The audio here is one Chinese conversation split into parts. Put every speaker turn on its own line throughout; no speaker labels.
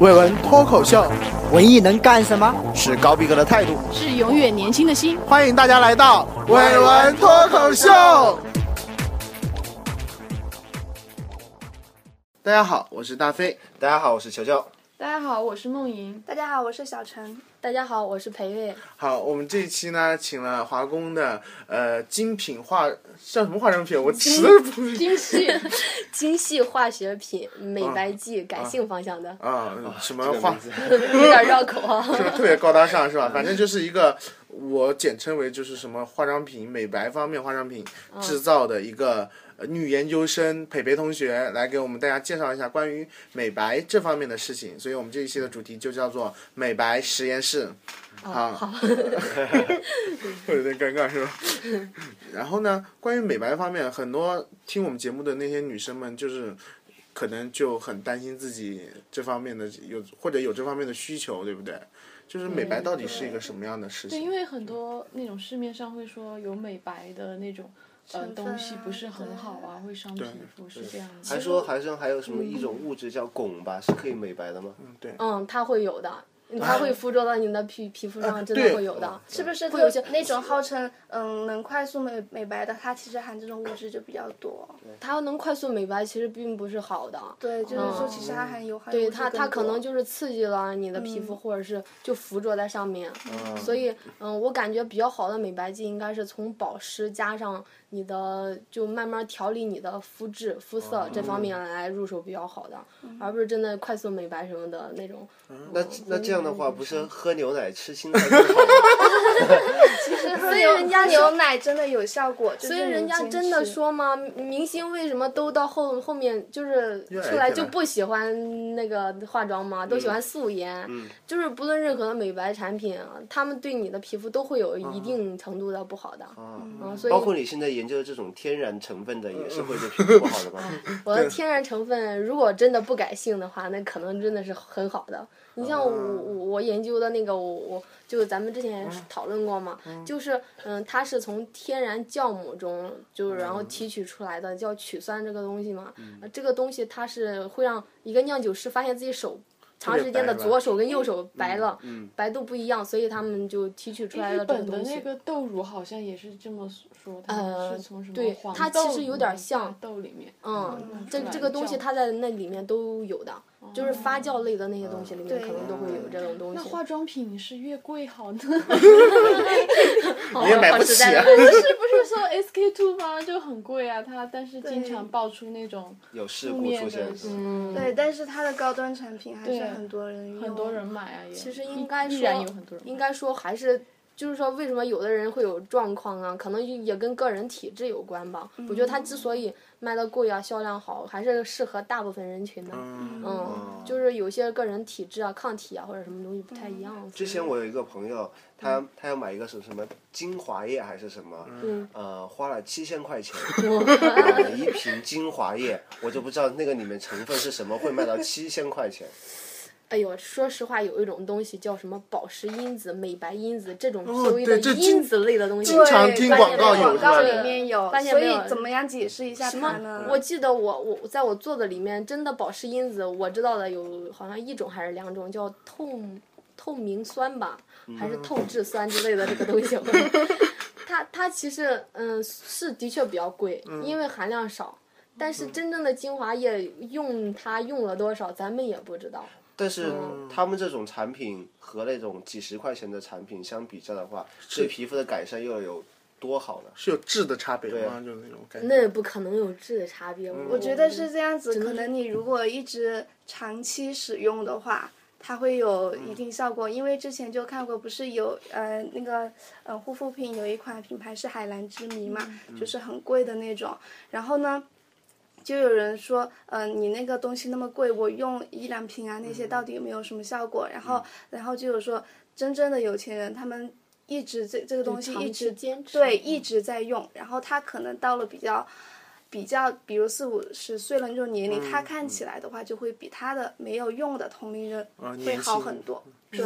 伟文脱口秀
文艺能干什么？
是高逼格的态度，
是永远年轻的心。
欢迎大家来到伟文脱口秀。大家好，我是大飞。
大家好，我是球球。
大家好，我是梦莹。
大家好，我是小陈。
大家好，我是裴裴。
好，我们这一期呢，请了华工的呃精品化叫什么化妆品，我实在是不
精细精细化学品美白剂，改性方向的，
啊、什么
这个
化
名字
有点绕口啊。
是 不是特别高大上是吧？反正就是一个我简称为就是什么化妆品、美白方面化妆品制造的一个呃女研究生培培同学来给我们大家介绍一下关于美白这方面的事情。所以我们这一期的主题就叫做美白实验室。啊， 会有点尴尬是吧？ 然后呢，关于美白方面，很多听我们节目的那些女生们，就是可能就很担心自己这方面的有或者有这方面的需求，对不对？就是美白到底是一个什么样的事
对，
情
因？为很多那种市面上会说有美白的那种呃
成分啊
东西不是很好啊，会伤皮肤，是这样的。
还说还说还有什么一种物质叫汞吧，是可以美白的吗？
嗯，它会有的，它会附着到你的皮皮肤上，真
对
的会有的。
是不是
哎嗯会有些
就那种号称嗯能快速美美白的，它其实含这种物质就比较多。
它能快速美白，其实并不是好的。嗯
对，就是说其实它含有含
对
有物质
它，
更
它可
多
能就是刺激了你的皮肤，
嗯
或者是就附着在上面。所以，嗯，我感觉比较好的美白剂应该是从保湿加上你的，就慢慢调理你的肤质、肤色这方面来入手比较好的，
嗯
而不是真的快速美白什么的那种。
那那这样的话，不是喝牛奶吃青菜更好吗？
所以人家牛奶真的有效果，所
所以人家真的说嘛，明星为什么都到后后面就是
越来
出
越
来
漂
就
亮
不喜欢那个化妆嘛，都喜欢素颜，就是不论任何的美白产品啊，他们对你的皮肤都会有一定程度的不好的。嗯，所以
啊包括你现在研究的这种天然成分的，也是会对皮肤不好的吗？
我的天然成分如果真的不改性的话，那可能真的是很好的。你像我我我研究的那个我我就咱们之前也讨论过嘛，就是嗯，它是从天然酵母中就是然后提取出来的叫曲酸这个东西嘛，呃这个东西它是会让一个酿酒师发现自己手。长
别
时间的
白
左
了
手跟右手白了，
嗯
白度不一样，所以他们就提取出来
日
了这个
本的
东西。嗯
那个豆乳好像也是这么说，它
呃
是从什
对
么黄
它
豆
其实有点像
大豆里面。
嗯，这
出来
这个东西
酵
它在那里面都有的，就是发酵类的那些东西里面
对
可能都会有这种东
那
西。
化妆品是越贵好呢？
你也买不
好
起
实在
啊
的！问题
是不是说 SK two 吗？就很贵啊，它但是经
对
常爆出那种
有事
负
故
面
出
的
现，，
嗯，
对，但是它的高端产品还是
对
很多人用，
很多人买啊也。
其实应该
依
说
然有很多人买。
应该说还是就是说，为什么有的人会有状况啊？可能也跟个人体质有关吧。我觉得它之所以卖的贵啊，销量好，还是适合大部分人群的。
嗯
嗯，就是有些个人体质啊、抗体啊或者什么东西不太一样。
之前我有一个朋友，他他要买一个什么什么精华液还是什么，呃，花了七千块钱买了一瓶精华液，我就不知道那个里面成分是什么，会卖到七千块钱。
哎呦，说实话，有一种东西叫什么保湿因子、美白因子这种
哦
所谓
对
的
这经
因子类的东西，
经
对
常听
发
广
现
告
在
有
广告
是吧
里面有，
发现
所
没有
以怎么样解释一下
什
它
么
呢？？
我记得我我在我做的里面，真的保湿因子，我知道的有好像一种还是两种，叫透透明酸吧，还
嗯
是透质酸之类的这个东西。 它它其实嗯是的确比较贵，
嗯
因为含量少。但是真正的精华液用它用了多少，咱们也不知道。
但是
嗯
他们这种产品和那种几十块钱的产品相比较的话，对皮肤的改善又有多好呢？
是有质的差别吗？就那种感觉。
那不可能有质的差别。我
我觉得是这样子，可能你如果一直长期使用的话，它会有一定效果。因为之前就看过，不是有呃那个呃护肤品有一款品牌是海蓝之谜嘛，
嗯
就是很贵的那种。然后呢，就有人说，嗯、你那个东西那么贵，我用一两瓶啊那
嗯
些到底有没有什么效果？然后，然后就有说，真正的有钱人他们。一直这这个东西
长
一
期
直
坚持
对一直在用，然后他可能到了比较比较，比如四五十岁了那种年龄，
嗯
他看起来的话，就会比他的没有用的同龄人
啊
会
年
好
轻
很多。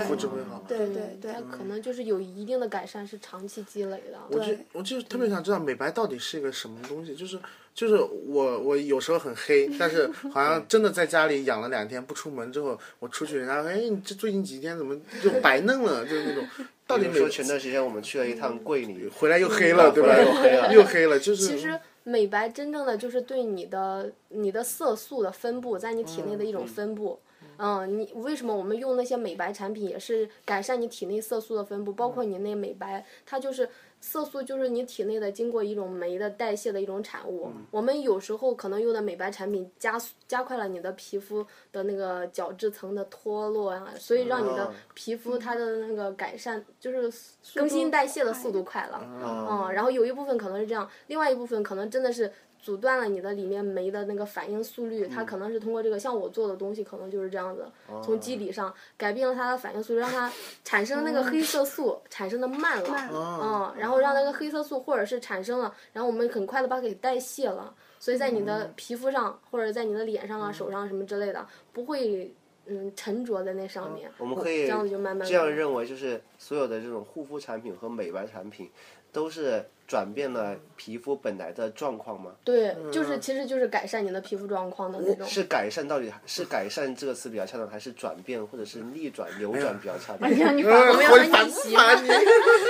肤质会好。
嗯
对对对
它，可能就是有一定的改善，是长期积累的。
我就我就是特别
嗯
想知道美白到底是一个什么东西，就是就是我我有时候很黑，但 是好像真的在家里养了两天不出门之后，我出去人家哎你这最近几天怎么就白嫩了，就是那种到
比
底
如
美
说前段时间我们去了一趟桂林，
回来又黑了对吧？
嗯又黑 了
又黑了，就是
其实美白真正的就是对你的你的色素的分布，在你体内的一种分布。嗯，你为什么我们用那些美白产品也是改善你体内色素的分布，包括你那美白，它就是色素就是你体内的经过一种酶的代谢的一种产物。我们有时候可能用的美白产品加速加快了你的皮肤的那个角质层的脱落啊，所以让你的
哦
皮肤它的那个改善就是更新代谢的速度快了。嗯，然后有一部分可能是这样，另外一部分可能真的是阻断了你的里面酶的那个反应速率，
嗯
它可能是通过这个，像我做的东西可能就是这样子，
哦
从机理上改变了它的反应速率，让它产生那个黑色素产生的慢了，
哦
嗯，然后让那个黑色素或者是产生了，然后我们很快的把它给代谢了，所以在你
嗯
的皮肤上、或者在你的脸上啊、手上什么之类的，不会嗯沉着在那上面，
我们可以
这样子就慢慢
这样
慢慢
认为，就是所有的这种护肤产品和美白产品，都是转变了皮肤本来的状况吗？
对，就是其实就是改善你的皮肤状况的那
嗯
种。
是改善到底是改善这个词比较恰当，还是转变或者是逆转、扭
哎
转比较恰当？
哎你看你反
呃
我要
回
说
烦
逆
不
袭吗，
烦你？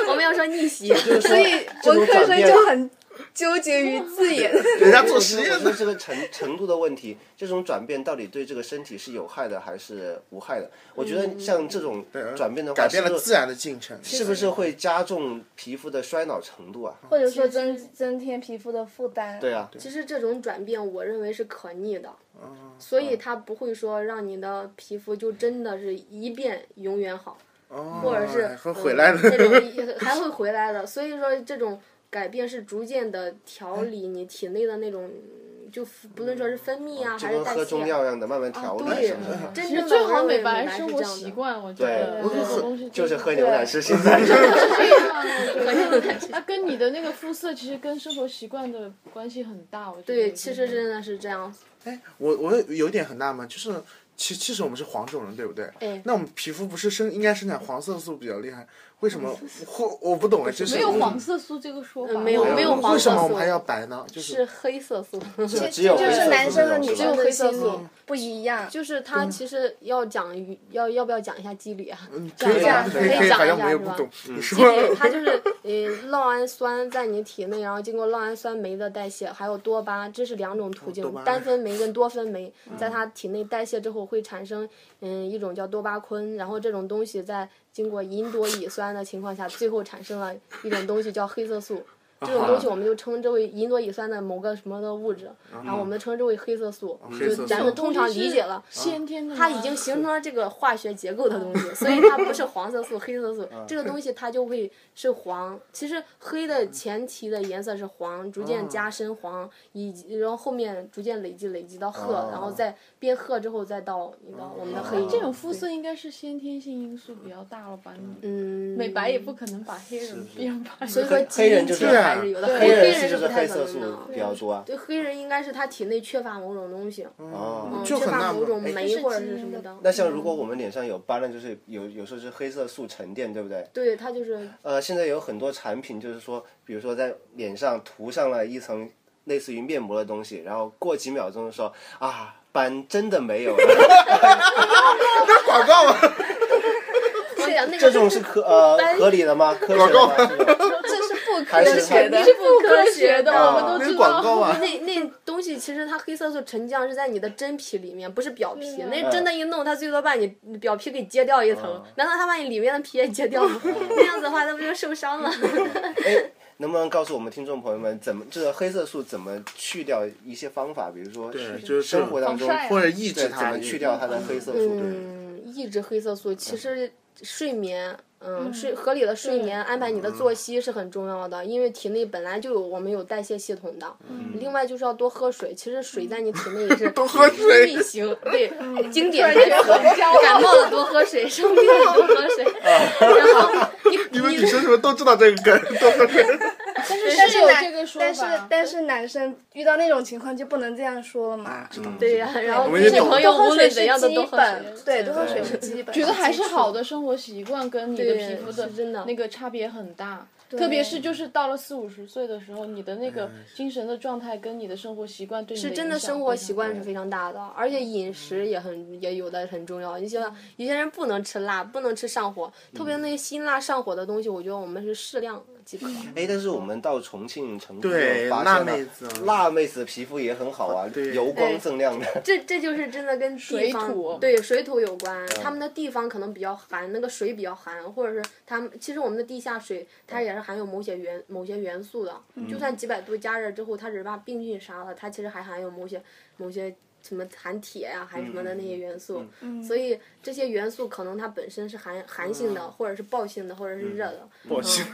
我们要说逆袭，
就是说
所以
这种
文
转
科生
变
就很纠结于字眼。
人家做实验
的
的。
这个程程度的问题，这种转变到底对这个身体是有害的还是无害的？我觉
嗯
得像这种转变的话，
啊改变了
是不是
自然的进程，
是不是会加重皮肤的衰老程度啊？
或者说增增添皮肤的负担。
对啊，
其实这种转变，我认为是可逆的，
嗯
所以它不会说让你的皮肤就真的是一变永远好，
或
哦
或者是
说
嗯
哦哎回来
那
了，
种也 还会回来的。所以说这种改变是逐渐的调理你体内的那种，就不论说是分泌啊
嗯就
还是
跟
代
喝中
谢啊，
药一样的，慢慢调理
对
什么的。，
真
其实
正的
最好
我认为
美
美
白
白
是
是
我
这样
习
的。
惯，我觉得
对
这种东西
就是喝牛
对
奶是现在是
它跟你的那个肤色其实跟生活习惯的关系很大，我觉得
对，其实真的是这样。
哎我我有点很纳闷，就是其其实我们是黄种人，对不对？
哎
那我们皮肤不是生应该生产黄色素比较厉害，为什么或我不懂哎，就是
没有黄色素这个说法，
嗯没有没有黄
为
色
什
素
么我们还要白呢？就是
是黑色素，
只有
就
黑色
是
素
男生
这
和
种
女
是吧
生的
黑
心
色
理
素
不一样。
就是它其实要讲于要要不要讲一下机理啊？
可以
这
啊
样
可以
可以
可以，
讲
反
一
正我
下
们也
是
不
吧
懂。
嗯
你说
基 底它就是呃酪氨酸在你体内，然后经过酪氨酸酶的代谢，还有多巴，这是两种途径。
哦多巴胺嗯
单酚酶跟多酚酶在它体内代谢之后会产生嗯一种叫多巴醌，然后这种东西在经过吲哚乙酸的情况下，最后产生了一种东西叫黑色素。
啊
这种东西我们就称之为吲哚乙酸的某个什么的物质，然后我们称之为黑色素，
啊哦黑色
就
素
咱们通常理解了。
先天的吗，
它
啊
已经形成了这个化学结构的东西，所以它不是黄色素、黑色素，
啊
这个东西它就会是黄。其实黑的
嗯
前提的颜色是黄，逐
啊
渐加深黄，以及然后后面逐渐累积累积到
啊
褐，然后再变褐之后再到你到我们的黑。
这种肤色应该是先天性因素比较大了吧？你
嗯，
美白也不可能把黑人变白，
所以说基
黑人
因
就
其
是
实还是有的，
黑
黑
人
人
是不
不
是
太
黑
可
色
能
素
的。
比较多啊？
对黑人应该是他体内缺乏某种东西，
哦
嗯，
就
缺
很纳
乏某
闷
种
哎
酶
这是
或者
基
是
因
什么
的
的。
那像如果我们脸上有斑呢，就是有有时候是黑色素沉淀，对不对？
对，它就是
呃，现在有很多产品，就是说，比如说在脸上涂上了一层类似于面膜的东西，然后过几秒钟说啊，斑真的没有了。
那广告啊嘛，
我讲那个
这种是科呃合理的吗？科学的吗？这种
这是不
还
科
是
学
还
的
你。是不科学的，
啊
我们
那
都
是
知
广告
道。
啊。
那那东西其实它黑色素沉降是在你的真皮里面，不是表皮。
对啊
那真的，一弄它最多把你你表皮给揭掉一层。难道它把你里面的皮也揭掉吗？ 那样子的话，那不就受伤了？
哎，能不能告诉我们听众朋友们，怎么这个黑色素怎么去掉一些方法？比如说
对就是
生活当中
防晒啊
或者抑
对
制
怎
它
么去掉它的黑色素？对。
嗯，抑制黑色素其实睡眠。嗯，睡合理的睡眠，安排你的作息是很重要的，因为体内本来就有我们有代谢系统的。另外就是要多喝水，其实水在你体内也是多喝
水
必行。对，经典台词， 感冒了多喝水，生病了多喝水。然后你
你们女生是不是都知道这个梗？都
但是
有
男
这个说
但是
法
但是男生遇到那种情况就不能这样说了嘛。
嗯
对呀、然后
啊我们
异
也
性
懂
朋友
多喝
无
水
论
是
怎样的
基
都喝水
本，，对，多喝水是基本。
觉得还是好。的生活习惯跟你的
对
皮肤
是真的
那个差别很大，特别是就是到了四五十岁的时候，你的那
哎
个精神的状态跟你的生活习惯对你
是真
的
的
影响
生活
非常
习惯
大
是非常大的，而且饮食也很也有的很重要。你像有些人不能吃辣，不能吃上火，特别那些辛辣上火的东西，我觉得我们是适量即可。
哎，但是我们到重庆、成都
对
发
辣
现了
妹子啊
辣妹子的皮肤也很好啊，
对
油光锃亮
哎
的。
这这就是真的跟地
水
方
土
对水土有关，
嗯
他们的地方可能比较寒，那个水比较寒，或者是他们其实我们的地下水
嗯
它也是含有某些元某些元素的，就算几百度加热之后，它只是把病菌杀了，它其实还含有某些某些什么含铁呀、还是什么
嗯
的那些元素，
嗯
所以这些元素可能它本身是寒寒性
嗯
的，或者是暴性的，或者是热的，嗯
我去，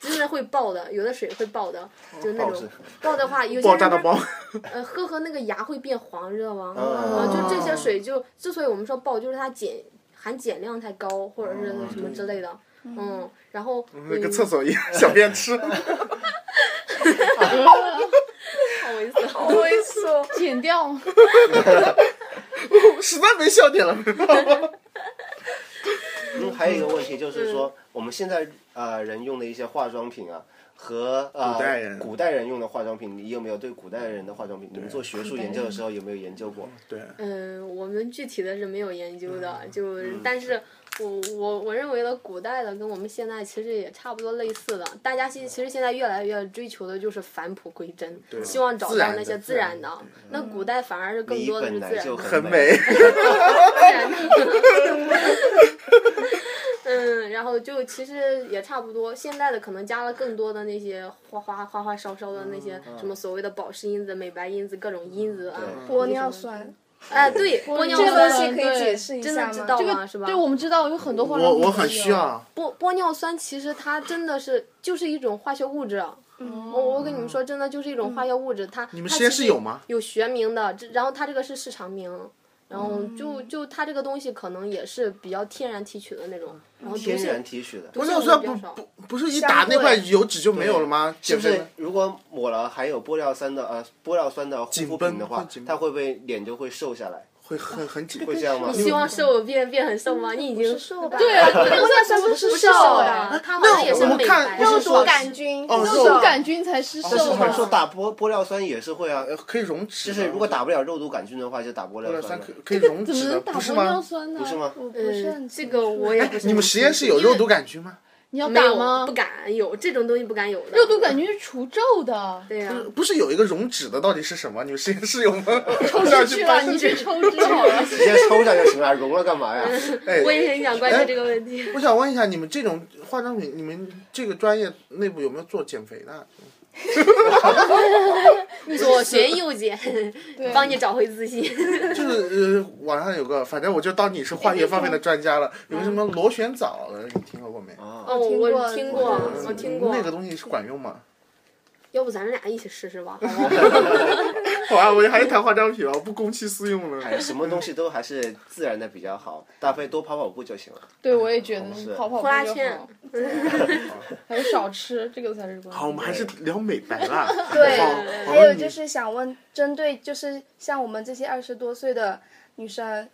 真的会爆的，有的水会爆的，就那
爆
种
是
爆的话，有些
哦爆
人
炸
不
的
是
包，
呃，喝和那个牙会变黄，知道吗？
哦
嗯，就这些水就之所以我们说爆，就是它碱含碱量太高，或者
哦
是什么之类的。嗯，然后
那个
嗯
厕所一样，小便吃。
好猥 琐，
我跟你说，
减掉。
实在没笑点了，
嗯，还有一个问题就是说，
嗯
我们现在呃人用的一些化妆品啊，和呃
古代人
古代人用的化妆品，你有没有对古代人的化妆品，你们做学术研究的时候有没有研究过？
对，
嗯，我们具体的是没有研究的，
嗯
就但是我我我认为的古代的跟我们现在其实也差不多类似的，大家现其实现在越来越追求的就是返璞归真，希望找到
自然的
那些
自
自
然
然
的嗯
的。那古代反而是更
你
多的
本
是自
来
然
就
的。
很
很
美。
嗯，然后就其实也差不多，现在的可能加了更多的那些花花花花哨哨的那些
嗯
什么所谓的保湿因子、美白因子、各种因子啊。
玻尿酸，
哎，对，
玻
玻
尿
尿
这
酸
个东
酸
西可以解释一
真的
下吗？
知道
这
吗？
个
是吧？
对，我们知道有很多化
我
妆品
我很
都有
需。要，啊
玻玻尿酸其实它真的是就是一种化学物质。啊我我跟你们说，真的就是一种化学物质，它你
们实验室有吗
有学名的，这然后它这个是市场名，然后就就它这个东西可能也是比较天然提取的那种，然后毒
天然
性
提取的，
玻
毒
尿
性
酸
会比
不
较少。
不不是一打那块油脂就没有了吗？
是
减
不
肥
是？如果抹了含有玻尿酸的呃玻尿酸的护肤
绷
品的
会
话
紧，绷
它会不会脸就会瘦下来？
会很很紧，
会这样吗？
你希望瘦哦变变嗯很瘦吗？你已经
瘦吧？
对啊，玻尿酸不
不
是
是
瘦
瘦啊
的，
的，它好像也啊是啊
那我
美
看
白
我
肉
是
的。
说
毒杆菌，
哦
肉
瘦
毒
啊
杆菌才是瘦
但是
的。
传说打玻玻尿酸也是会啊，
呃，可以溶脂
就
的。
是如果打不了肉毒杆菌的话，就打
玻
玻尿
尿
酸
酸
了
可可以溶
怎么
脂的，
能打
不是
玻尿
吗？
酸呢？
不是吗？
我不是
呃
很，
这
清
个
楚
我也不是
你们
很
实验室有肉毒杆菌吗？
你要
没
打
有
吗
不？敢有这种东西不敢有的。
肉毒杆菌是除皱的，
对啊呀、
不是有一个溶脂的，到底是什么？你们实验室有吗？ 我想
去
去
了，
搬
你
出
去
去。
抽脂好了。
直接抽上就行了，融了干 嘛呀？
哎
我，也很想关心这个问题。
我想问一下，你们这种化妆品，你们这个专业内部有没有做减肥的？
左旋右减，
对
帮你找回自信。
就是呃，网上有个，反正我就当你是化学方面的专家了。有个什么螺旋藻的，你听说过没？
啊
哦，
听过
我听过，我听过。
嗯那个东西是管用吗？
要不咱俩一起试试吧？
啊
好不好
好啊，我还是谈化妆品吧，我不公器私用了。
哎，什么东西都还是自然的比较好，大不了多跑跑步就行了。
对，我也觉得
是
跑跑步
呼啦
啊
就
圈
好，还有少吃，这个才是关键。
哦好，我们还是聊美白吧。
对
好，
还有就是想问，针对就是像我们这些二十多岁的女生，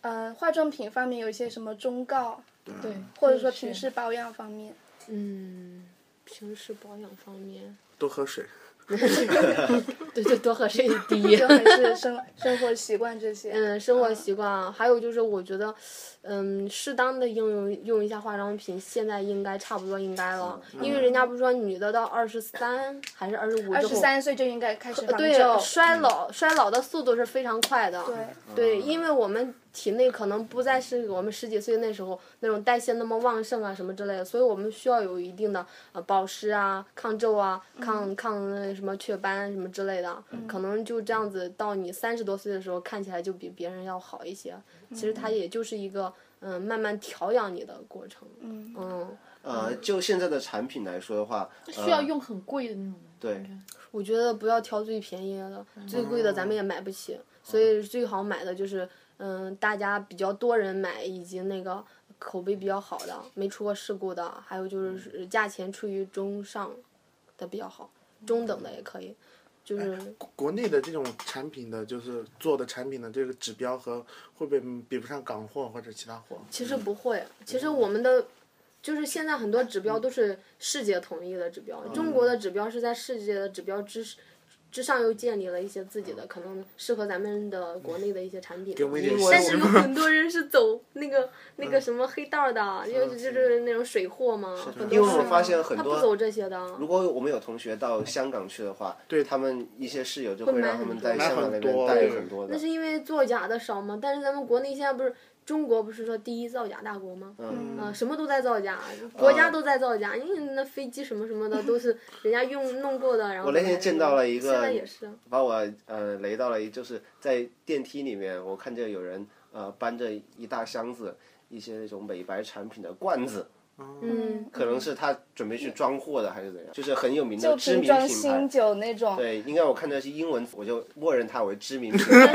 呃，化妆品方面有一些什么忠告，
对，
嗯
或者说平时保养方面，
嗯，平时保养方面，
多喝水。
对，就多喝水第一
就。还是 生生活习惯这些。
嗯，生活习惯啊，还有就是我觉得，嗯，适当的应用用一下化妆品，现在应该差不多应该了，因为人家不是说女的到二十三还嗯是二十五
二
之
十
后，
三岁就应该开始防皱
对，，衰老衰老的速度是非常快的。
对，
对，因为我们体内可能不再是我们十几岁那时候那种代谢那么旺盛啊什么之类的，所以我们需要有一定的呃保湿啊、抗皱啊、抗抗那什么雀斑什么之类的，可能就这样子到你三十多岁的时候看起来就比别人要好一些。其实它也就是一个嗯、慢慢调养你的过程。嗯
呃，就现在的产品来说的话，呃
需要用很贵的那种。
对，
我觉得不要挑最便宜的，最贵
哦
的咱们也买不起，所以最好买的就是，嗯，大家比较多人买，以及那个
嗯
口碑比较好的，没出过事故的，还有就是价钱处于中上，的比较好，中等的也可以，就是
国内的这种产品的，就是做的产品的这个指标和会不会比不上港货或者其他货？
其实不会，
嗯
其实我们的就是现在很多指标都是世界统一的指标，
嗯
中国的指标是在世界的指标之之上又建立了一些自己的，可能适合咱们的国内的一些产
嗯
品。
给我们一点
因
希
为
但
我
是有
望。
很多人是走那个那
嗯
个什么黑道的，因为就是那种水货嘛，很
因
多
为我
是
们发现很
他不
多，
走这些的。
如果我们有同学到香港去的话，
对
他们一些室友就会
买
让他
很
们
多
在
买
香港
很
那边
多
带
对
很多的
那。是因为造假的少嘛，但是咱们国内现在不是中国不是说第一造假大国吗？
嗯
啊，什么都在造假，国家都在造假，因为那飞机什么什么的都是人家用弄过的，然后
我那天见到了一个
现在也是，
把我呃雷到了一，就是在电梯里面，我看见有人呃搬着一大箱子一些那种美白产品的罐子，
嗯，
可能是他准备去装货的还是怎样，就是很有名的
就
知
瓶
名
装
品
新
牌。
酒那种，
对，应该我看到是英文，我就默认它为知名 品牌。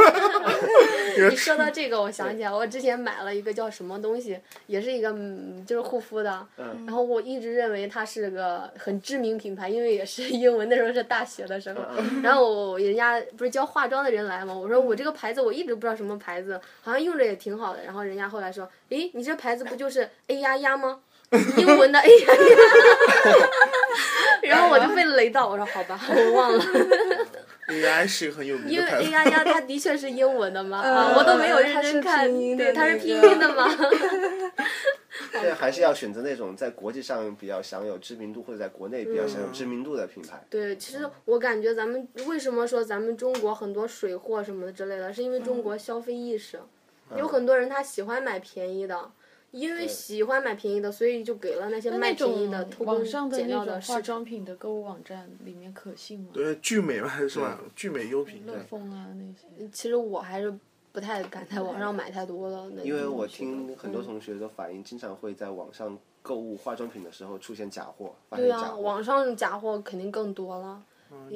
你说到这个，我想起来，我之前买了一个叫什么东西，也是一个嗯就是护肤的，
嗯
然后我一直认为它是个很知名品牌，因为也是 英文，那时候是大学的时候，然后我人家不是教化妆的人来嘛，我说我这个牌子我一直不知道什么牌子，好像用着也挺好的，然后人家后来说，诶，你这牌子不就是哎呀呀吗？英文的哎呀呀， 然后我就被雷到，我说好吧，我忘了。
AI 是一个很有名
因
的
为
牌
A
子，
呀呀，它的确是英文的嘛，啊
嗯
我都没有
嗯
认真
它
看
是，拼音的
对，它是
那
拼
个
音 的嘛。
对，还是要选择那种在国际上比较享有知名度，或者在国内比较享有知名度的品牌。
对，其实我感觉咱们为什么说咱们中国很多水货什么的之类的，是因为中国消费意识，有很多人他喜欢买便宜的。因为
对
喜欢买便宜的，所以就给了那些卖
那
便宜
种
的偷工
网上的
减
那
料的
种
市
化
场。
妆品的购物网站里面可信吗？
对，聚美吧是吧？聚美优品，对
乐丰啊那些，
其实我还是不太敢在网上买太多了。那
因为
种
我
是
听很多同学的反映，经常会在网上购物化妆品的时候出现假货，发现
对
假
啊，
货。
网上假货肯定更多了。嗯，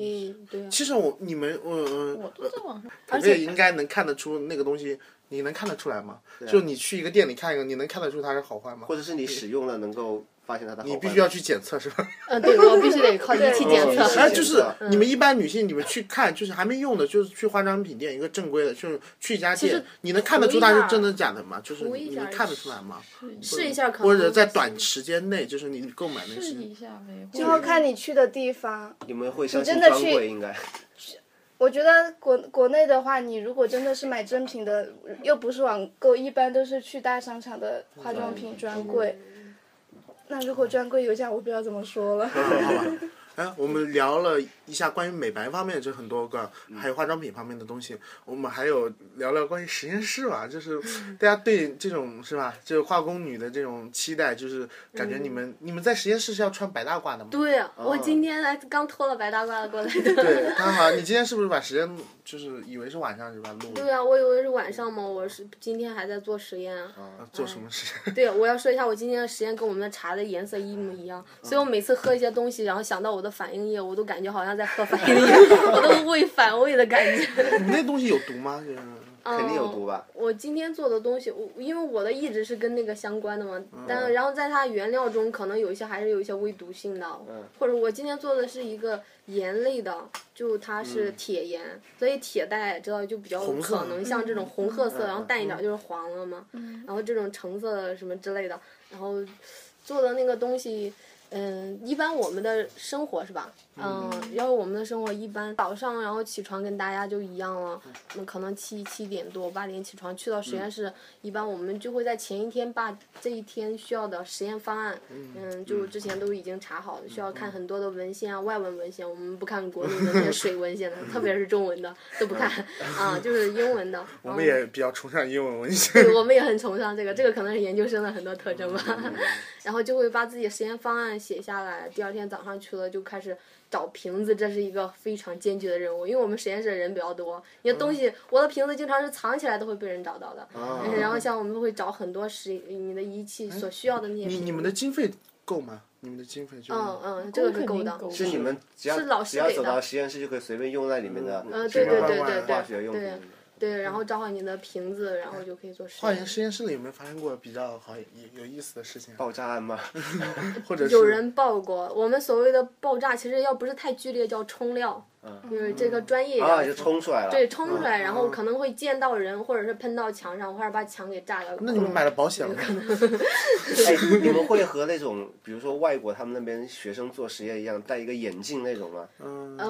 对啊。
其实我你们呃我我
我都在网上。
我也应该能看得出那个东西，你能看得出来吗？就你去一个店里看一个，你能看得出它是好坏吗
或？者是你使用了能够发现它的好坏吗。
你必须要去检测是吧？
嗯，对我必须得靠仪器
对
检
必须
测。
哎，
检
就是
测
你们一般女性，你们去看，就是还没用的，就是去化妆品店一个正规的，就是去一家
其实
店，你能看得出它是真的假的吗？就是
涂
你
一
你
下
能看得出来吗？
试一下可能
或者在短时间内，就是你购买那个时
试
间
一下呗，
就要看你去的地方。
你们会相信
真的
专
去
柜应该。
我觉得国国内的话，你如果真的是买正品的，又不是网购，一般都是去大商场的化妆品专
嗯
柜。
嗯
那如果专柜有假，我不知道怎么说了。
好吧。哎，我们聊了一下关于美白方面这很多个，还有化妆品方面的东西。我们还有聊聊关于实验室吧，就是
嗯
大家对这种是吧，就是化工女的这种期待，就是感觉你们、你们在实验室是要穿白大褂的吗？
嗯对，啊我今天还刚脱了白大褂子过来的。
对，他好像你今天是不是把时间就是以为是晚上是吧？录
对啊，我以为是晚上嘛，我是今天还在做实验啊。
啊做什么事？
对，我要说一下，我今天的实验跟我们的茶的颜色一模一样，所以我每次喝一些东西，然后想到我的反应液，我都感觉好像在喝反应液， 我都胃反胃的感觉。
你那东西有毒吗？就是
肯定有毒吧？
我今天做的东西，我因为我的一直是跟那个相关的嘛，
嗯
但然后在它原料中可能有一些还是有一些微毒性的，
嗯
或者我今天做的是一个盐类的，就它是
嗯
铁盐，所以铁大家也知道就比较
红色
可能像这种红褐
嗯
色，然后淡一点就是黄了嘛，然后这种橙色什么之类的，然后做的那个东西。嗯，一般我们的生活是吧？嗯，要是我们的生活一般，早上然后起床跟大家就一样了，那可能七七点多八点起床去到实验室，一般我们就会在前一天把这一天需要的实验方案，嗯，就之前都已经查好了，需要看很多的文献啊，外文文献，我们不看国内的那些水文献的，特别是中文的都不看啊，就是英文的。
我
我
们也比较崇尚英文文学。
对，我们也很崇尚这个，这个可能是研究生的很多特征吧。然后就会把自己的实验方案写下来，第二天早上去了就开始找瓶子，这是一个非常艰巨的任务，因为我们实验室的人比较多，你的东西，
嗯
我的瓶子经常是藏起来都会被人找到的。
啊
嗯 然后像我们会找很多实你的仪器所需要的那些瓶子。
哎你你们的经费够吗？你们的经费就是
嗯嗯，这个是够的。
是你们只要
是老师
只要
给
走
的
到实验室就可以随便用那里面的
呃，
什
对
么
对对对
化学
对啊
用
对
品。
对，
嗯
然后找好你的瓶子，然后就可以做实
化验
验。
实验室里有没有发生过比较好有有意思的事情啊？
爆炸案吗？
或者是
嗯有人爆过，我们所谓的爆炸，其实要不是太剧烈，叫冲料，
嗯
就是这个专业
啊，
要
就冲出来了。
对，冲出来，然后可能会溅到人，或者是喷到墙上，或者把墙给炸嗯掉。
那你们买了保险 了吗？
哎，你们会和那种，比如说外国他们那边学生做实验一样，戴一个眼镜那种吗？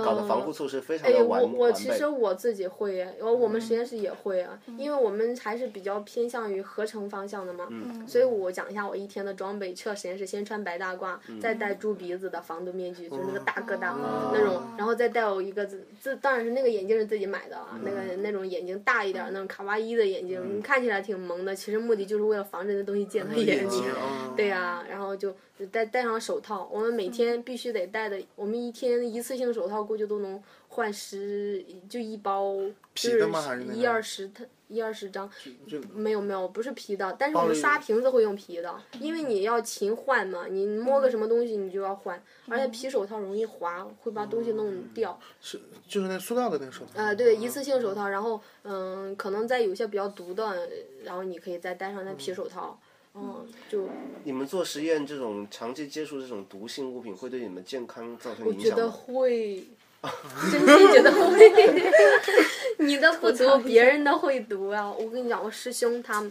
搞的防护措施非常的完
嗯哎我我
完
其实
备。
我自己会，我我们实验室也会啊，因为我们还是比较偏向于合成方向的嘛，
嗯
所以我讲一下我一天的装备：去了实验室先穿白大褂，再戴猪鼻子的防毒面具，就是那个大疙瘩
哦
那种，然后再戴我一个自自，当然是那个眼镜是自己买的啊，那个那种眼镜大一点儿那种卡哇伊的眼镜，看起来挺萌的，其实目的就是为了防止那东西溅到眼睛。
嗯
对呀、然后就就戴戴上手套，我们每天必须得戴的，我们一天一次性手套估计都能换十，就一包，就
皮的吗还是那
一
种
二十它。一二十张，
就
没有没有，不是皮的，但是
包
我们
里
刷瓶子会用皮的，因为你要勤换嘛，你摸个什么东西你就要换，而
嗯
且皮手套容易滑，会把东西弄掉。
是就是那塑料的那个手套。
呃，对，一次性手套，然后嗯，可能在有些比较毒的，然后你可以再戴上那皮手套，嗯，就
你们做实验这种长期接触这种毒性物品，会对你们健康造成
我
影
觉
响
得
吗？
会，真心觉得会。
嗯
你的不读，别人的会读啊！我跟你讲，我师兄他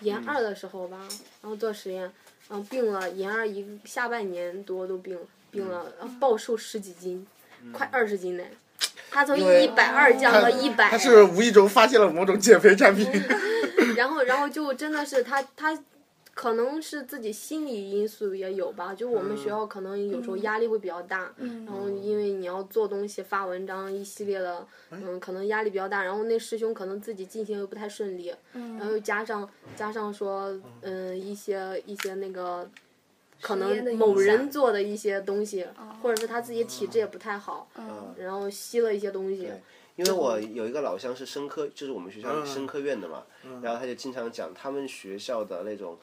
研二的时候吧，然后做实验，然后病了，研二一个下半年多都病了，病了，然后暴瘦十几斤，
嗯
快二十斤嘞。他从
为
一百二降到一百，
他是无意中发现了某种减肥 产品，
然后，然后就真的是他他。可能是自己心理因素也有吧，就我们学校可能有时候
嗯
压力会比较大，然后因为你要做东西、发文章一系列的，嗯，可能压力比较大。然后那师兄可能自己进行又不太顺利，
嗯
然后又加上加上说，嗯，一些一些那个，可
验的
能
影
某人
响哦
做的一些东西，或者是他自己体质也不太好，
嗯
然后吸了一些东西，
因为我有一个老乡是生科，就是我们学
嗯
校生科院的嘛，然后他就经常讲他们学校的那种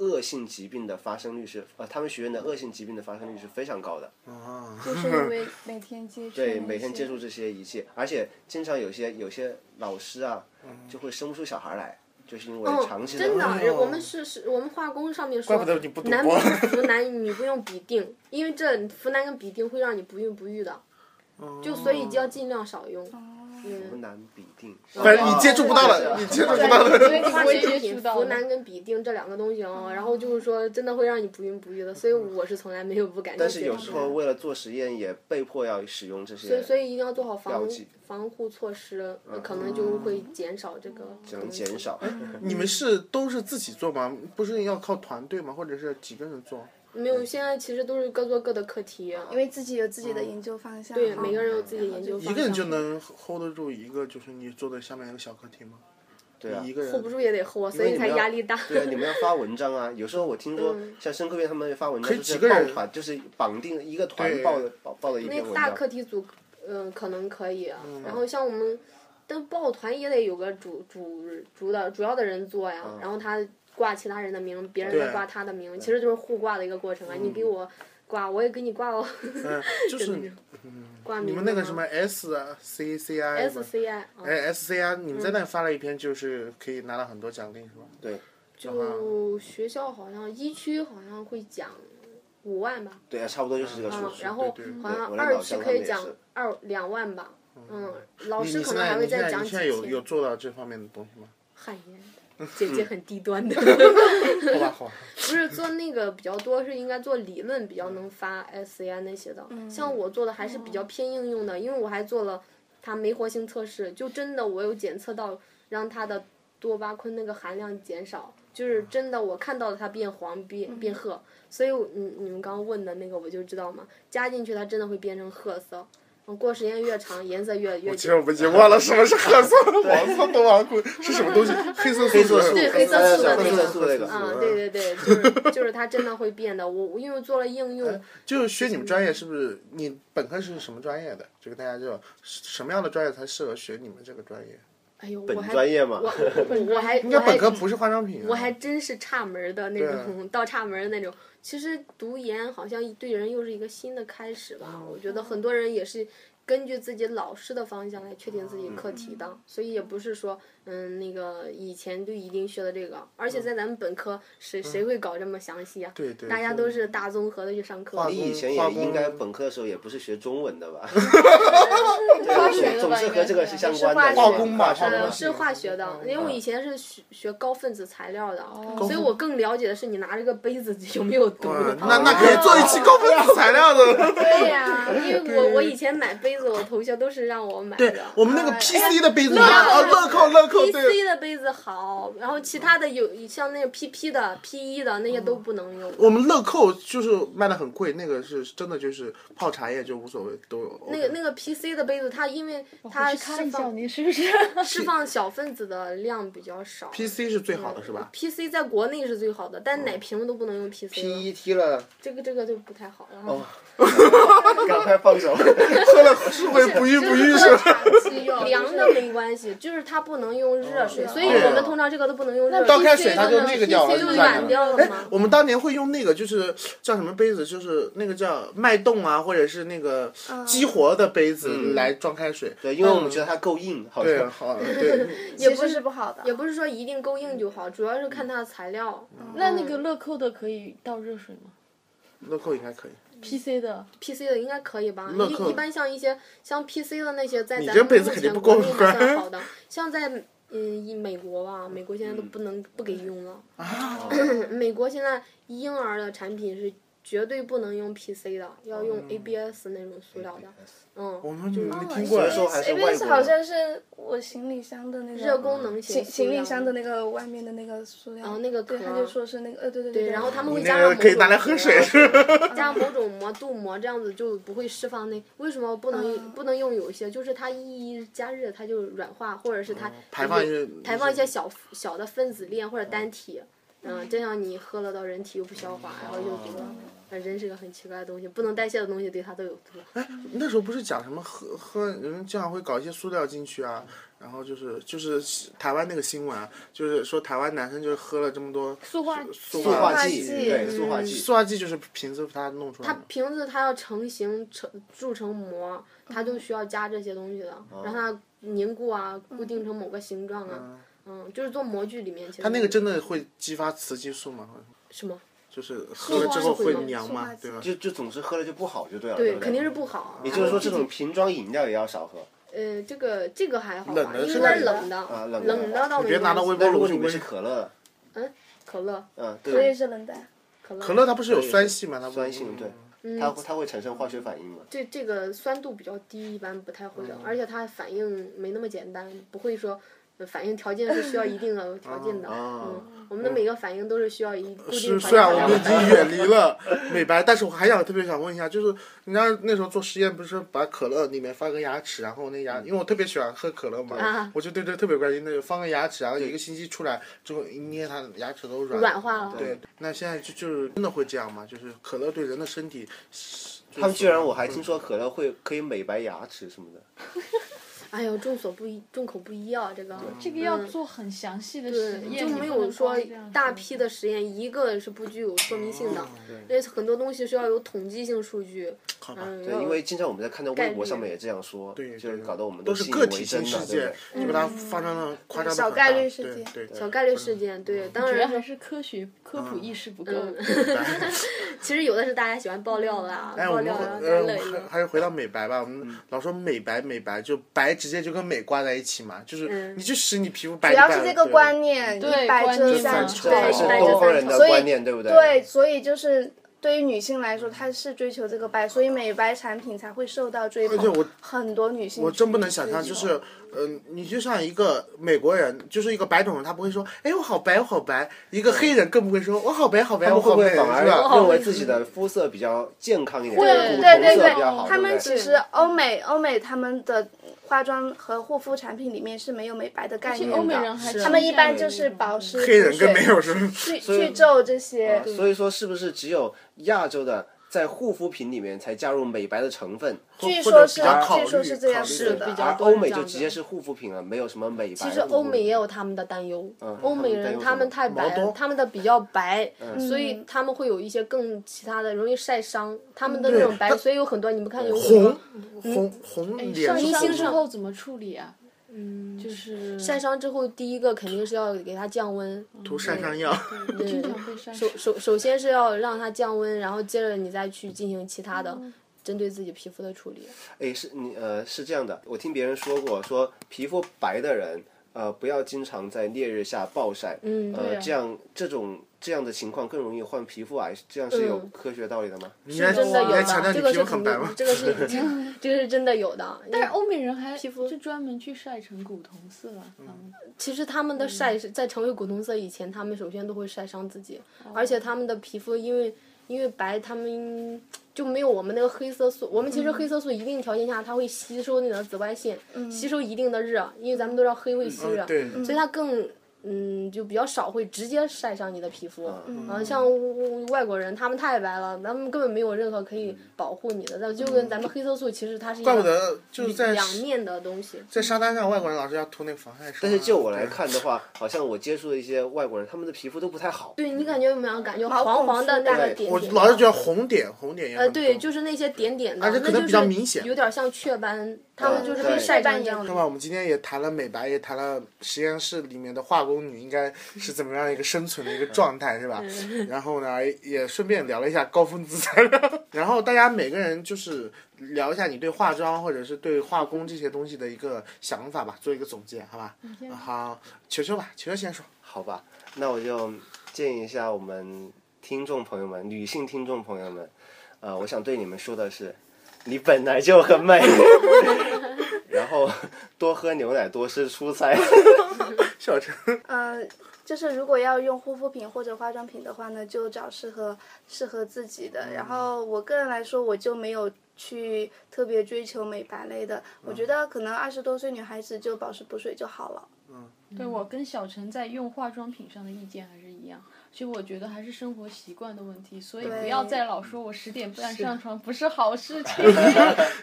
恶性疾病的发生率是，呃，他们学院的恶性疾病的发生率是非常高的。
啊
就是因为每天接触，
对，每天接触这些仪器，而且经常有些有些老师啊，
嗯
就会生不出小孩来，就是因为长期
哦嗯真的，啊
的哎
人我们是是我们化工上面说，
怪不得你不赌
男不
博
用服男，女不用比定，因为这服男跟比定会让你不孕不育的，就所以就要尽量少用。
哦
什么
嗯，
难比定。
反正你接触不到了，你接触不到
对因为
嗯
了。
你
化
不会
学
接
品
触到
服
的
男跟比定这两个东西哦，然后就是说真的会让你不孕不育的，所以我是从来没有不敢。
但是有时候为了做实验，也被迫要使用这
所以
些
所以一定要做好防
标记
防护措施，可能就会减少这个。
能嗯减少。
哎
你们是都是自己做吗？不是要靠团队吗？或者是几个人做？
没有，现在其实都是各做各的课题，
嗯
因为自己有自己的研究方向，
对
哈
每个人有自己的研究方向。
一个人就能 hold 得住一个就是你做的下面那个小课题吗？
对啊
一，个
hold 不
人
住也得 hold，所以才压力大。 嗯
对啊，你们要发文章啊。有时候我听说，像生科院他们发文章，就
几
是
个
抱
人
团，就是绑定一个团
对
报的报报的一篇
那
文
大
章。
课题组，嗯、可能可以、啊。
嗯
然后像我们，但抱团也得有个主主主的主要的人做呀。然后他挂其他人的名，别
嗯
人
对
再挂他的名，其实就是互挂的一个过程啊。你给我挂，我也给你挂哦，
嗯，就是你
挂名。
你们那个什么 S 啊 C C I 吗
S C I 啊，
哎 S C I，你们在那发了一篇，就是可以拿到很多奖励是吧？
对
就学校好像一区好像会奖五万吧，
对啊，差不多就是这个数
嗯，
字。
然后
对对对
好像
我的
二
老
区
乡
可以
他们也
奖
是
二两万吧，嗯，老
你
师
你
可
现
能还
在
会
你现
再
在
奖
你
几
现在有
千
有。做嗯到这方面的东西吗？
汗颜，姐姐很低 端的。
好吧好吧，嗯
不是做那个比较多，是应该做理论比较能发 S A 那些的。
嗯
像我做的还是比
哦
较偏应用的，因为我还做了它酶活性测试，就真的我有检测到让它的多巴胺那个含量减少，
嗯
就是真的我看到了它变黄变变褐，所以我你你们刚刚问的那个我就知道嘛，加进去它真的会变成褐色。嗯过时间越长，颜色越越
其实我们已经忘了什么是褐色、黄色多巴胺是什么东西，黑色
黑
素
色素，
对黑色
哎
素的那
黑
个
色素那个。
啊，对对 对，就是就是它真的会变的。我我因为做了应用，
就是学你们专业是不是？你本科是什么专业的？就跟大家就什么样的专业才适合学你们这个专业？
哎呦，
本
我还
专业嘛
我我我还
应该
我
本科
还
不是化妆品、啊，
我还真是差门儿的那
对
种，倒插门儿的那种。其实读研好像对人又是一个新的开始吧，我觉得很多人也是。根据自己老师的方向来确定自己课题的，
嗯
所以也不是说，嗯，那个以前就一定学的这个，而且在咱们本科谁、谁会搞这么详细啊？
嗯对对
大家
对
都是大综合的去上课。
化
你以前
化
也
工
应该本科的时候也不是学中文 的吧？
化学
对，
的
总
吧
是
应
和
该
这个是
是这
相
样
关的。
是化
对
学
工吧化
呃，
工
是化学的，
嗯
因为我以前是学学高分子材料的，所以我更了解的是你拿这个杯子有没有毒。
嗯，那那可以做一期高分子材料的。
对呀、
啊
因为我我以前买杯子，我同学都是让我买
对
的。
我们那个 PC 的杯子，
哎乐扣
啊，乐扣乐扣，
P
对
C 的杯子好，然后其他的有像那个 P P 的、P 一的那些都不能用。
我们乐扣就是卖的很贵，那个是真的就是泡茶叶就无所谓，都有
那个那个 P C 的杯子，它因为它
回去看
释
一下
放
你是不 是？
释放小分子的量比较少。
PC 是最好的是吧？
P C 在国内是最好的，但奶瓶都不能用哦 P 哦 C
PET
了，
了，
这个这个就不太好了。
赶快放 手。
喝了是会不孕不育是吧？
凉的没关系，就是它不能用热水，所以我们通常这个都不能用热
倒
水，
开水它就那个掉了，
就
软
软掉了
哎
嘛，。
我们当年会用那个，就是叫什么杯子，就是那个叫脉动啊，或者是那个
嗯
激活的杯子来装开水。
嗯
嗯
对，因为我们觉得它够硬，好
对，啊
像。
好，对，
其实是不好的。
也不是说一定够硬就好，主要是看它的材料。
那那个
嗯
乐扣的可以倒热水吗
乐扣应该可以。
嗯
？PC 的
P C 的应该可以吧？
乐扣
一一般像一些像 P C 的那些，在
你
咱
这
们
辈子
目
肯定
前
不
国
够
内
格儿
还算好的，像在嗯以美国吧，美国现
嗯
在都不能不给用了。
嗯
美国现在婴儿的产品是绝对不能用 P C 的，要
哦
用 A B S 那种塑料的。 嗯，
我们就没听过。啊
所以说还是
A B
外
S
国
好
的。
像是我行李箱的那个
热功能型
哦行行李箱的
那。
那个外面的那个塑料，
然后哦那个壳
对，他就说是那个，呃，对对对
对，然后他们会
你
加
那
上
个
某
可以
种
拿来喝
啊
水，
加某种膜镀膜，这样子就不会释放那为什么不能、
嗯
不能用有一些，就是它一加热它就软化，或者是它、
哦排放一
有
些
排放一些小小的分子链或者单体，嗯，这样你喝了到人体又不消化，然后就觉得。
哦
呃人是个很奇怪的东西，不能代谢的东西对它都有毒。
那时候不是讲什么喝喝人经常会搞一些塑料进去啊，然后就是就是台湾那个新闻啊，就是说台湾男生就是喝了这么多
塑化
塑
塑化
化
剂，
塑化剂
对，
嗯
塑化剂。
塑化剂就是瓶子它弄出来
它
的。
瓶子它要成型成铸成膜，它就需要加这些东西的，
哦
让它凝固啊，固定成某个形状啊，嗯，就是做模具里面其
嗯
实
它那个真的会激发雌激素吗？
什么？
就是喝了之后会娘
塑化
嘛，
剂
对吧？
就就总是喝了就不好，就对了。
对，
不
肯定是不好。
也就是说，这种瓶装饮料也要少喝。
呃，这个这个还好吧
冷，的
因
是
为它
冷
的
冷的，
啊冷
冷
的
的倒没
别拿到微
关
波
系。
但如
炉
果
去
里面是
温。
可乐，
可乐，
嗯，
我也
对，
是冷淡。
可乐，
可乐它不是有酸性嘛？它不嗯
酸性，对，它它会产生化学反应嘛？
这这个酸度比较低，一般不太会
嗯
的，而且它反应没那么简单，不会说呃反应条件是需要一定 的条件的。
哦
嗯，我们的每个反应都是需要一固定
啊是，
条
虽然
件
我们已
的。
经远离了美白，但是我还想特别想问一下，就是人家那时候做实验，不是把可乐里面放个牙齿，然后那
嗯
牙，因为我特别喜欢喝可乐嘛
啊，
我就对这特别关心，那就放个牙齿，然后一个星期出来之后，一捏它牙齿都软
软化了
对，
嗯
那现在就就是真的会这样吗？就是可乐对人的身体，
他们居然我还听说可乐会可以美白牙齿什么的。
哎呦，众所不一，众口不一啊，这个
这个要做很详细的实
对，
验，
就
你不
没有
能
说
光这样
大
说
批的实验，一个是不具有说明性
哦
的，因为很多东西是要有统计性数据。
好吧，
嗯，
对，因为经常我们在看到微博上面也这样说，
对，
就是
对
搞得我们
都是
信以
个体
为
性
真
事
了，对
件
不，
你把它
嗯
发张的夸张的
小概率事件
对对。
小概率事件，对，
嗯
当
主
然
要
是
还是科学科普意识不够。
其实有的是大家喜欢爆料的啊，
哎，
爆
我们
料
回
然后再
呃，我
乐一
们
乐
还。还是回到美白吧。我
嗯
们老说美白，美白就白直接就跟美挂在一起嘛，就是
嗯
你就使你皮肤白
主
一
要
半。
是这个
对
观念，
对
一白遮
观念
三
这
丑。
还
对
是
一白遮
东方人的
所以
观念，对不对？
对，所以就是对于女性来说，她是追求这个白，所以美白产品才会受到追捧。
而且我
很多女性
我真不能想象，
去
就
追
是
求，
嗯、你就像一个美国人，就是一个白种人，他不会说，哎，我好白，我好白；一个黑人更不会说，我好白，好白，
他
我
们会
好
不
白，
会反
是吧？
而
哦
认为自己的肤色比较健康一点，
对
骨
对
红
对
色比较好？
对，他们
对
其实欧美欧美他们的化妆和护肤产品里面是没有美白的概念的，
欧美人还
是
倾
他们一
向
般
于
就
那
是
种
保湿、
黑人更没有
补
什么。
血去
以
去皱这些。
所以说，是不是只有亚洲的在护肤品里面才加入美白的成分，
据
或者
说
比
是
较考虑
据说是这样
考虑
是
比
的，
较
而
多
欧
是
美
这
就
样
直
的
接是护肤品了，没有什么美白。
其实欧美也有他们的担忧，
嗯
欧美人
他
他
们担
们太
什
忧
么
白
毛
了
多，
他们的比较白，所以
嗯
他们会有一些更其他的容易晒伤，他们
嗯
的那种白，
它
所以有很多你们看有很多
红
嗯
红红
哎
脸
上
是
伤
红
之
的，
后怎么处理啊？嗯，就是
晒伤之后，第一个肯定是要给它降温，
涂晒伤 药，
我经常被晒
首
伤。
首首先是要让它降温，然后接着你再去进行其他的针对自己皮肤的处理。
哎
诶，是你呃是这样的，我听别人说过，说皮肤白的人呃不要经常在烈日下暴晒，
嗯
呃
对啊
这样这种这样的情况更容易患皮肤癌，这样是有
嗯
科学道理的吗？
你还
真的
你
有
还哎强调
的，
你
这个
皮
是
肤
肯
很白
定
吗，？
这个是已经，这个是真的有的。但
哎欧美人还
肤
就专门去晒成古铜色了，他们
其实他们的晒是在成为古铜色以前，他们首先都会晒伤自己，而且他们的皮肤因为因为白，他们就没有我们那个黑色素。我们其实黑色素一定条件下，它会吸收那个紫外线，吸收一定的热，因为咱们都知道黑会吸热，
嗯 对，
所以它更嗯就比较少会直接晒伤你的皮肤。
嗯
啊，像外国人他们太白了，咱们根本没有任何可以保护你的，那就跟咱们黑色素其实它是一
嗯怪不
个
得就是在
两面的东西。
在沙滩上，外国人老是要涂那个防晒霜啊。
但是就我来
对，
看的话，好像我接触的一些外国人，他们的皮肤都不太好。
对你感觉有没有感觉
毛
黄
孔
黄的
粗
那
大
个点
我
点？
老是觉得红点红点也很
呃，
多。
对，就是那些点点的，
而且
那
可能
就
比较
是
明显
有点像雀斑，他们就是
对
被晒斑一样
那
的。
么我们今天也谈了美白，也谈了实验室里面的化工女应该是怎么样一个生存的一个状态，是吧？
嗯
然后呢，也顺便聊了一下高分子材料， 然后大家每个人就是聊一下你对化妆或者是对化工这些东西的一个想法吧，做一个总结，好吧？
嗯
好，球球吧，球球先说。
好吧，那我就建议一下我们听众朋友们，女性听众朋友们，呃，我想对你们说的是，你本来就很美， 然后多喝牛奶，多吃蔬菜。
小陈，
嗯，就是如果要用护肤品或者化妆品的话呢，就找适合适合自己的。然后我个人来说，我就没有去特别追求美白类的。我觉得可能二十多岁女孩子就保湿补水就好了。
对我跟小陈在用化妆品上的意见还是一样，其实我觉得还是生活习惯的问题，所以不要再老说我十点半上床不是好事情。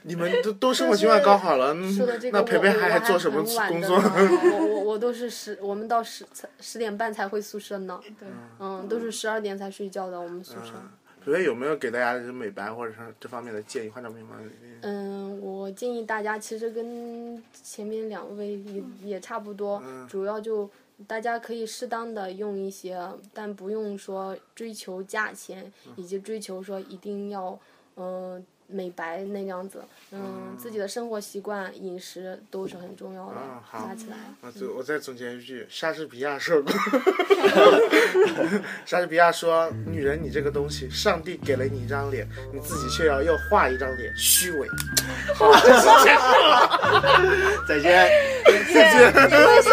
你们都都生活习惯搞好了，嗯
说的这个
那
我，
培培
我
还
还
做什么
很晚
工
的
作？
呢我我我都是十，我们到十才十点半才回宿舍呢。
对，
嗯，都是十二点才睡觉的，我们宿舍。
培嗯培有没有给大家就是美白或者是这方面的建议？化妆品方面的建议？
嗯，我建议大家其实跟前面两位也
嗯
也差不多，主要就大家可以适当的用一些，但不用说追求价钱，
嗯
以及追求说一定要嗯、呃美白那样子。嗯，自己的生活习惯、饮食都是很重要的
嗯，好
加起来。
啊，对，我再总结一句，莎士比亚说过，莎士比亚说，女人你这个东西，上帝给了你一张脸，你自己却要又画一张脸，虚伪。
再见。
你会说